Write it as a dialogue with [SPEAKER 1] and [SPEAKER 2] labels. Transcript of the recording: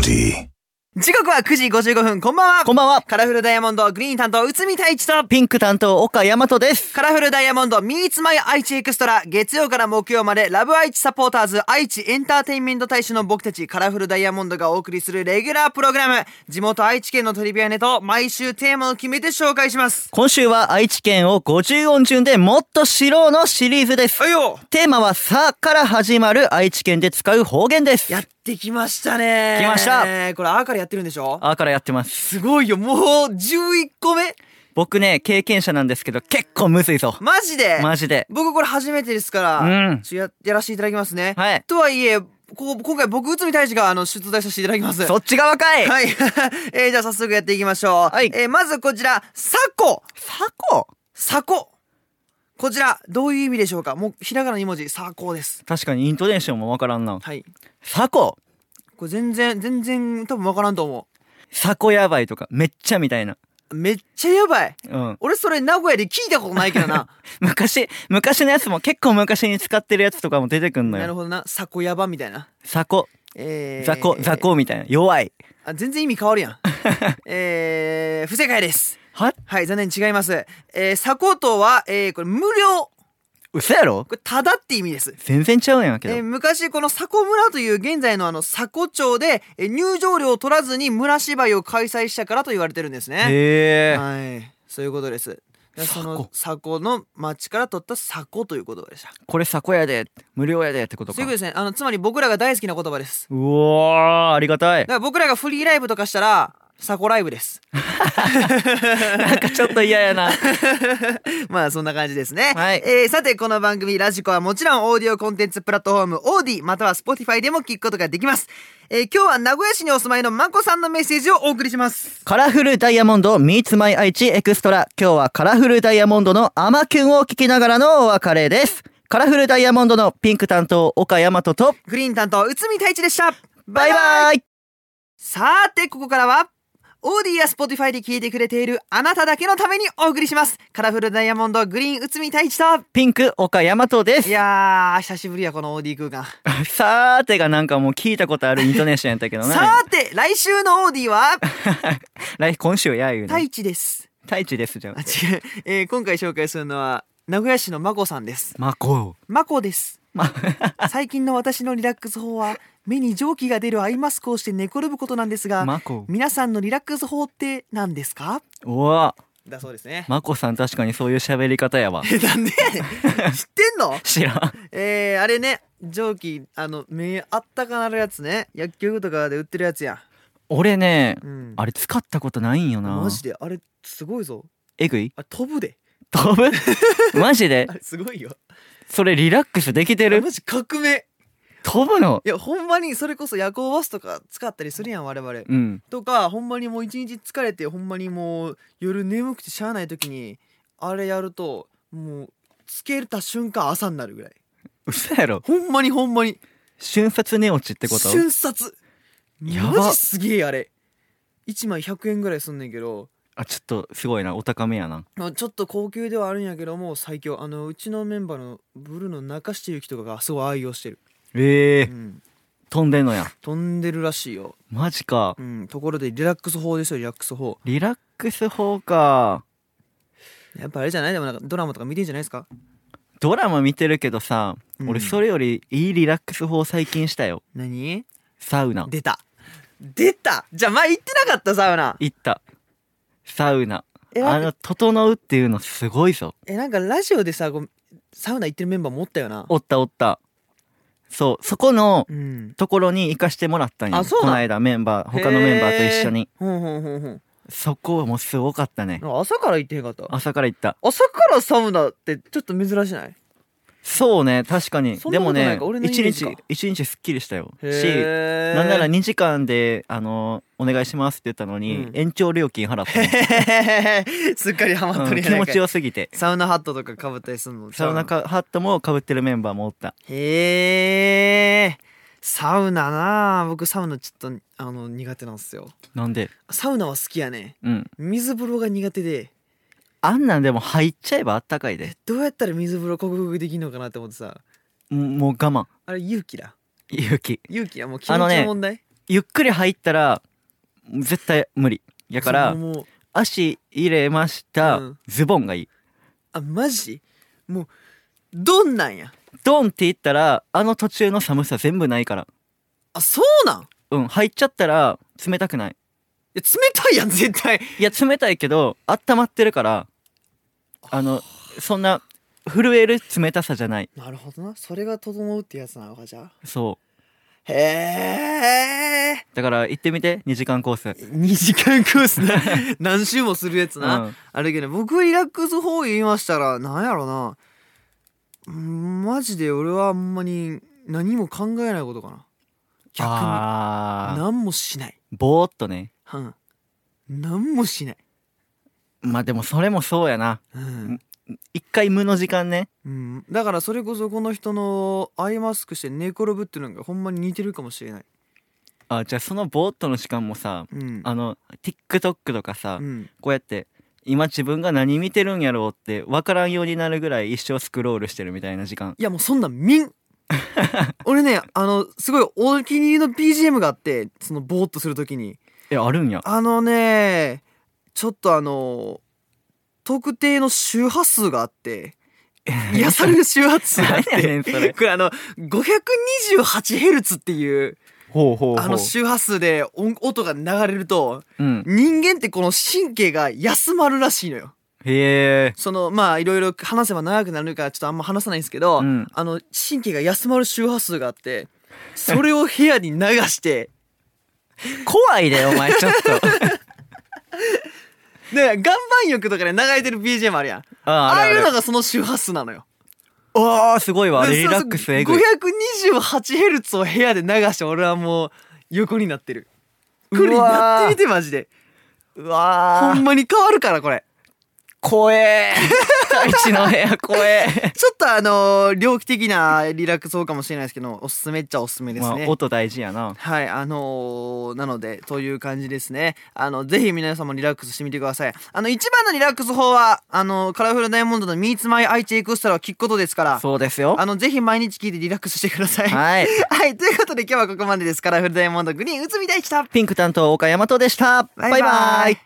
[SPEAKER 1] tea.
[SPEAKER 2] 時刻は9時55分、こんばんは
[SPEAKER 3] こんばんは。
[SPEAKER 2] カラフルダイヤモンドグリーン担当、内海太一と、
[SPEAKER 3] ピンク担当、岡大和です。
[SPEAKER 2] カラフルダイヤモンド Meets My 愛知エクストラ月曜から木曜までラブ愛知サポーターズ愛知エンターテインメント大使の僕たちカラフルダイヤモンドがお送りするレギュラープログラム地元愛知県のトリビアネと毎週テーマを決めて紹介します
[SPEAKER 3] 今週は愛知県を50音順でもっと知ろうのシリーズです。
[SPEAKER 2] いよ
[SPEAKER 3] テーマはさから始まる愛知県で使う方言です。
[SPEAKER 2] やってきましたね
[SPEAKER 3] 来ました
[SPEAKER 2] これあからやってるんでしょ
[SPEAKER 3] あからやってます。
[SPEAKER 2] すごいよもう11個目
[SPEAKER 3] 僕ね、経験者なんですけど結構むずいぞ。
[SPEAKER 2] マジで
[SPEAKER 3] マジで。
[SPEAKER 2] 僕これ初めてですから、
[SPEAKER 3] うん
[SPEAKER 2] ちょややらせていただきますね、
[SPEAKER 3] はい
[SPEAKER 2] とはいえこう今回僕内海太一があの出題させていただきます
[SPEAKER 3] そっち側かい。
[SPEAKER 2] はい。 えー、じゃあ早速やっていきましょう。
[SPEAKER 3] はい
[SPEAKER 2] えー、まずこちら、サコ。
[SPEAKER 3] サコ
[SPEAKER 2] サコ。こちら、どういう意味でしょうかもう、ひらがな2文字、サコです。
[SPEAKER 3] 確かにイントネーションもわからんな。
[SPEAKER 2] はい。
[SPEAKER 3] サコ
[SPEAKER 2] これ全然、全然多分わからんと思
[SPEAKER 3] サコやばいとか、めっちゃみたいな。
[SPEAKER 2] う。めっちゃやばい。
[SPEAKER 3] うん。
[SPEAKER 2] 俺それ名古屋で聞いたことないけど な。
[SPEAKER 3] 昔、昔のやつも結構昔に使ってるやつとかも出てくんの
[SPEAKER 2] なる
[SPEAKER 3] よ。
[SPEAKER 2] ほどな。サコやばみたいな。
[SPEAKER 3] サコ、
[SPEAKER 2] えー、
[SPEAKER 3] ザコ、ザ。コみたいな。弱い。
[SPEAKER 2] あ、全然意味変わる やん。えー、不正解です。
[SPEAKER 3] は
[SPEAKER 2] はい、残念違います。えー、サコとは、えー、これ無料。
[SPEAKER 3] 嘘やろ
[SPEAKER 2] これ、ただって意味です。
[SPEAKER 3] 全然ちゃうやんけど。
[SPEAKER 2] えー昔この佐古村という現在のあの佐古町で、えー入場料を取らずに村芝居を開催したからと言われてるんですね。
[SPEAKER 3] へえ。
[SPEAKER 2] はい、そういうことです。でその佐古の町から取った佐古という言葉でした。
[SPEAKER 3] これサコやで無料やでってこと
[SPEAKER 2] そうい
[SPEAKER 3] か
[SPEAKER 2] うことですね。あのつまり僕らが大好きな言葉です。
[SPEAKER 3] うわーありがたい
[SPEAKER 2] だから僕らがフリーライブとかしたら佐古ライブです。
[SPEAKER 3] なんかちょっと嫌やな
[SPEAKER 2] まあそんな感じですね。
[SPEAKER 3] はい
[SPEAKER 2] えーさてこの番組ラジコはもちろんオーディオコンテンツプラットフォームオーディまたは Spotify でも聞くことができます。えー今日は名古屋市にお住まいのまこさんのメッセージをお送りします。
[SPEAKER 3] カラフルダイヤモンド Meets My 愛知エクストラ今日はカラフルダイヤモンドのアマキュンを聞きながらのお別れですカラフルダイヤモンドのピンク担当岡大和と
[SPEAKER 2] グリーン担当、内海太一でした。
[SPEAKER 3] バイバイ
[SPEAKER 2] さて、ここからは、オーディやスポティファイで聞いてくれているあなただけのためにお送りします。カラフルダイヤモンド、グリーン、内海太一と。
[SPEAKER 3] ピンク岡大和で
[SPEAKER 2] い
[SPEAKER 3] す
[SPEAKER 2] やー、久しぶりや、このオーディ空間。
[SPEAKER 3] さーてがなんかもう聞いたことあるイントネーションやったけどね
[SPEAKER 2] さて、来週のオーディは、
[SPEAKER 3] 来今週や言う
[SPEAKER 2] 太
[SPEAKER 3] ね
[SPEAKER 2] 一です。
[SPEAKER 3] 太一ですじゃん
[SPEAKER 2] あ、違う。 えー今回紹介するのは、名古屋市のまこさんです。
[SPEAKER 3] まこ
[SPEAKER 2] まこです。
[SPEAKER 3] ま
[SPEAKER 2] 最近の私のリラックス法は、目に蒸気が出るアイマスクをして寝転ぶことなんですが、
[SPEAKER 3] まこ
[SPEAKER 2] 皆さんのリラックス法って何ですか
[SPEAKER 3] うわ
[SPEAKER 2] だそうですね。
[SPEAKER 3] まこさん確かにそういう喋り方やわ
[SPEAKER 2] え、なんでやねん知ってんの
[SPEAKER 3] 知らん
[SPEAKER 2] えー、あれね、蒸気、あの、目あったかなるやつね。薬局とかで売ってるやつや
[SPEAKER 3] 俺ね
[SPEAKER 2] ん。うん。
[SPEAKER 3] あれ使ったことないんよな
[SPEAKER 2] マジで、あれ、すごいぞ。
[SPEAKER 3] えぐい
[SPEAKER 2] あれ、飛ぶで。
[SPEAKER 3] 飛ぶマジで
[SPEAKER 2] あれ、すごいよ。
[SPEAKER 3] それリラックスできて
[SPEAKER 2] あれ、
[SPEAKER 3] る
[SPEAKER 2] マジ革命。
[SPEAKER 3] 飛ぶの
[SPEAKER 2] いや、ほんまに、それこそ夜行バスとか使ったりするやん、我々。
[SPEAKER 3] うん
[SPEAKER 2] とか、ほんまにもう一日疲れて、ほんまにもう、夜眠くてしゃあない時に、あれやると、もう、つけた瞬間朝になるぐらい。
[SPEAKER 3] 嘘やろ
[SPEAKER 2] ほんまにほんまに。
[SPEAKER 3] 瞬殺寝落ちってこと
[SPEAKER 2] 瞬殺
[SPEAKER 3] やば
[SPEAKER 2] マジすげえあれ1枚100円ぐらいすんねんけど
[SPEAKER 3] あちょっとすごいなお高めやな
[SPEAKER 2] まあちょっと高級ではあるんやけども最強あのうちのメンバーのブルーの中下ゆきとかがすごい愛用してる、
[SPEAKER 3] ええ
[SPEAKER 2] うん、
[SPEAKER 3] 飛んでんのや
[SPEAKER 2] 飛んでるらしいよ、
[SPEAKER 3] マジか
[SPEAKER 2] うん、ところでリラックス法ですよリラックス法
[SPEAKER 3] リラックス法か
[SPEAKER 2] やっぱあれじゃないでもなんかドラマとか見てんじゃないですか
[SPEAKER 3] ドラマ見てるけどさ
[SPEAKER 2] うん
[SPEAKER 3] 俺それよりいいリラックス法最近したよ
[SPEAKER 2] 何
[SPEAKER 3] サウナ
[SPEAKER 2] 出た出たじゃあ前言ってなかったサウナ
[SPEAKER 3] 行ったサウナ
[SPEAKER 2] え
[SPEAKER 3] あ
[SPEAKER 2] なん
[SPEAKER 3] の
[SPEAKER 2] か
[SPEAKER 3] 「整う」っていうのすごいぞ
[SPEAKER 2] えなんかラジオでさこうサウナ行ってるメンバーもおったよな
[SPEAKER 3] おったおったそうそこの
[SPEAKER 2] うん
[SPEAKER 3] ところに行かしてもらったんや
[SPEAKER 2] あそう
[SPEAKER 3] こ
[SPEAKER 2] なん
[SPEAKER 3] の間メンバー他のメンバーと一緒に
[SPEAKER 2] ほんほんほんほん
[SPEAKER 3] そこもすごかったね
[SPEAKER 2] なんか朝から行ってへんかった
[SPEAKER 3] 朝から行った
[SPEAKER 2] 朝からサウナってちょっと珍しない
[SPEAKER 3] そうね確かに
[SPEAKER 2] そん
[SPEAKER 3] で
[SPEAKER 2] なこと
[SPEAKER 3] も
[SPEAKER 2] ない
[SPEAKER 3] ね
[SPEAKER 2] か俺のイメ
[SPEAKER 3] 一
[SPEAKER 2] ージか
[SPEAKER 3] 日一日すっきりしたよし
[SPEAKER 2] へー
[SPEAKER 3] なんなら2時間であのお願いしますって言ったのに、
[SPEAKER 2] うん
[SPEAKER 3] 延長料金払った
[SPEAKER 2] へへへすっかりハマ
[SPEAKER 3] の
[SPEAKER 2] っと
[SPEAKER 3] う
[SPEAKER 2] るや
[SPEAKER 3] ん気
[SPEAKER 2] ないかい
[SPEAKER 3] 持ちよすぎて
[SPEAKER 2] サウナハットとかかぶったりするの
[SPEAKER 3] サウナかハットもかぶってるメンバーもおった
[SPEAKER 2] へえサウナなあ僕サウナちょっとあの苦手なんですよ
[SPEAKER 3] なんで
[SPEAKER 2] サウナは好きやね
[SPEAKER 3] うん
[SPEAKER 2] 水風呂が苦手で
[SPEAKER 3] あんなんでも入っちゃえばあったかいで
[SPEAKER 2] どうやったら水風呂克服できるのかなって思ってさ
[SPEAKER 3] もうもう我慢
[SPEAKER 2] あれ勇気だ
[SPEAKER 3] 勇気
[SPEAKER 2] 勇気やもう気
[SPEAKER 3] あ
[SPEAKER 2] 持
[SPEAKER 3] の
[SPEAKER 2] ち
[SPEAKER 3] ね
[SPEAKER 2] の問題
[SPEAKER 3] ゆっくり入ったら絶対無理やから
[SPEAKER 2] もう
[SPEAKER 3] 足入れました、
[SPEAKER 2] うん
[SPEAKER 3] ズボンがいい
[SPEAKER 2] あマジもうどんなんや
[SPEAKER 3] ドンって言ったらあの途中の寒さ全部ないから
[SPEAKER 2] あそうなんい
[SPEAKER 3] うん入っちゃったら冷たくない
[SPEAKER 2] や冷たいやん絶対
[SPEAKER 3] いや冷たいけど温まってるからあのそんな震える冷たさじゃない
[SPEAKER 2] なるほどなそれが整うってやつなのかじゃあ
[SPEAKER 3] そ
[SPEAKER 2] へえ
[SPEAKER 3] うだから行ってみて2時間コース
[SPEAKER 2] 2時間コースな 何周もするやつな、
[SPEAKER 3] うん
[SPEAKER 2] あれけど僕リラックス法言いましたらなんやろなうんマジで俺はあんまに何も考えないことかな逆に
[SPEAKER 3] あ
[SPEAKER 2] 何もしない
[SPEAKER 3] ーぼーっとね
[SPEAKER 2] うん何もしない
[SPEAKER 3] まあでもそれもそうやな
[SPEAKER 2] うん、
[SPEAKER 3] 一回無の時間ね
[SPEAKER 2] うん、だからそれこそこの人のアイマスクして寝転ぶっていうのがほんまに似てるかもしれない
[SPEAKER 3] あじゃあそのぼーっとの時間もさ
[SPEAKER 2] うん
[SPEAKER 3] あの TikTok とかさ、
[SPEAKER 2] うん
[SPEAKER 3] こうやって今自分が何見てるんやろうって分からんようになるぐらい一生スクロールしてるみたいな時間
[SPEAKER 2] いやもうそんなん見 ん俺ねあのすごいお気に入りの BGM があってそのボーっとするときに
[SPEAKER 3] えあるんや
[SPEAKER 2] あのねちょっとあの特定の周波数があ って癒される周波数があっ
[SPEAKER 3] 何や ねん
[SPEAKER 2] て
[SPEAKER 3] それ
[SPEAKER 2] これあの 528Hz っていう
[SPEAKER 3] ほうほう
[SPEAKER 2] あの周波数で音音が流れると
[SPEAKER 3] うん
[SPEAKER 2] 人間ってこの神経が休まるらしいのよ。
[SPEAKER 3] へえ
[SPEAKER 2] そのまあいろいろ話せば長くなるからちょっとあんま話さないんですけど、
[SPEAKER 3] うん
[SPEAKER 2] あの神経が休まる周波数があってそれを部屋に流して
[SPEAKER 3] 怖いでお前ちょっ と
[SPEAKER 2] だから岩盤浴とかで流れてる BGM あるやん
[SPEAKER 3] ああ
[SPEAKER 2] ああ
[SPEAKER 3] あ
[SPEAKER 2] い
[SPEAKER 3] る
[SPEAKER 2] う
[SPEAKER 3] あ
[SPEAKER 2] の
[SPEAKER 3] る
[SPEAKER 2] がその周波数なのよ。
[SPEAKER 3] あーすごいわ
[SPEAKER 2] そう
[SPEAKER 3] リラックスえぐい
[SPEAKER 2] 528Hz を部屋で流して俺はもう横になってる。クリ
[SPEAKER 3] うわ
[SPEAKER 2] や
[SPEAKER 3] ー
[SPEAKER 2] ってみてマジで。
[SPEAKER 3] うわ
[SPEAKER 2] ほんまに変わるからこれ。
[SPEAKER 3] 怖え大地の部屋怖え
[SPEAKER 2] ちょっとあのー、猟奇的なリラックス法かもしれないですけど、おすすめっちゃおすすめです
[SPEAKER 3] まあ
[SPEAKER 2] ね。
[SPEAKER 3] 音大事やな
[SPEAKER 2] はい、あのーなので、という感じですね。あの、ぜひ皆さんもリラックスしてみてください。あの、一番のリラックス法は、あの、カラフルダイヤモンドの Meets My i t エクストラを聞くことですから、
[SPEAKER 3] そうですよ
[SPEAKER 2] あの、ぜひ毎日聞いてリラックスしてください。い。
[SPEAKER 3] はい
[SPEAKER 2] はい、ということで今日はここまでです。カラフルダイヤモンドグリーン、内海大地と。
[SPEAKER 3] ピンク担当岡山とでしたバイバイ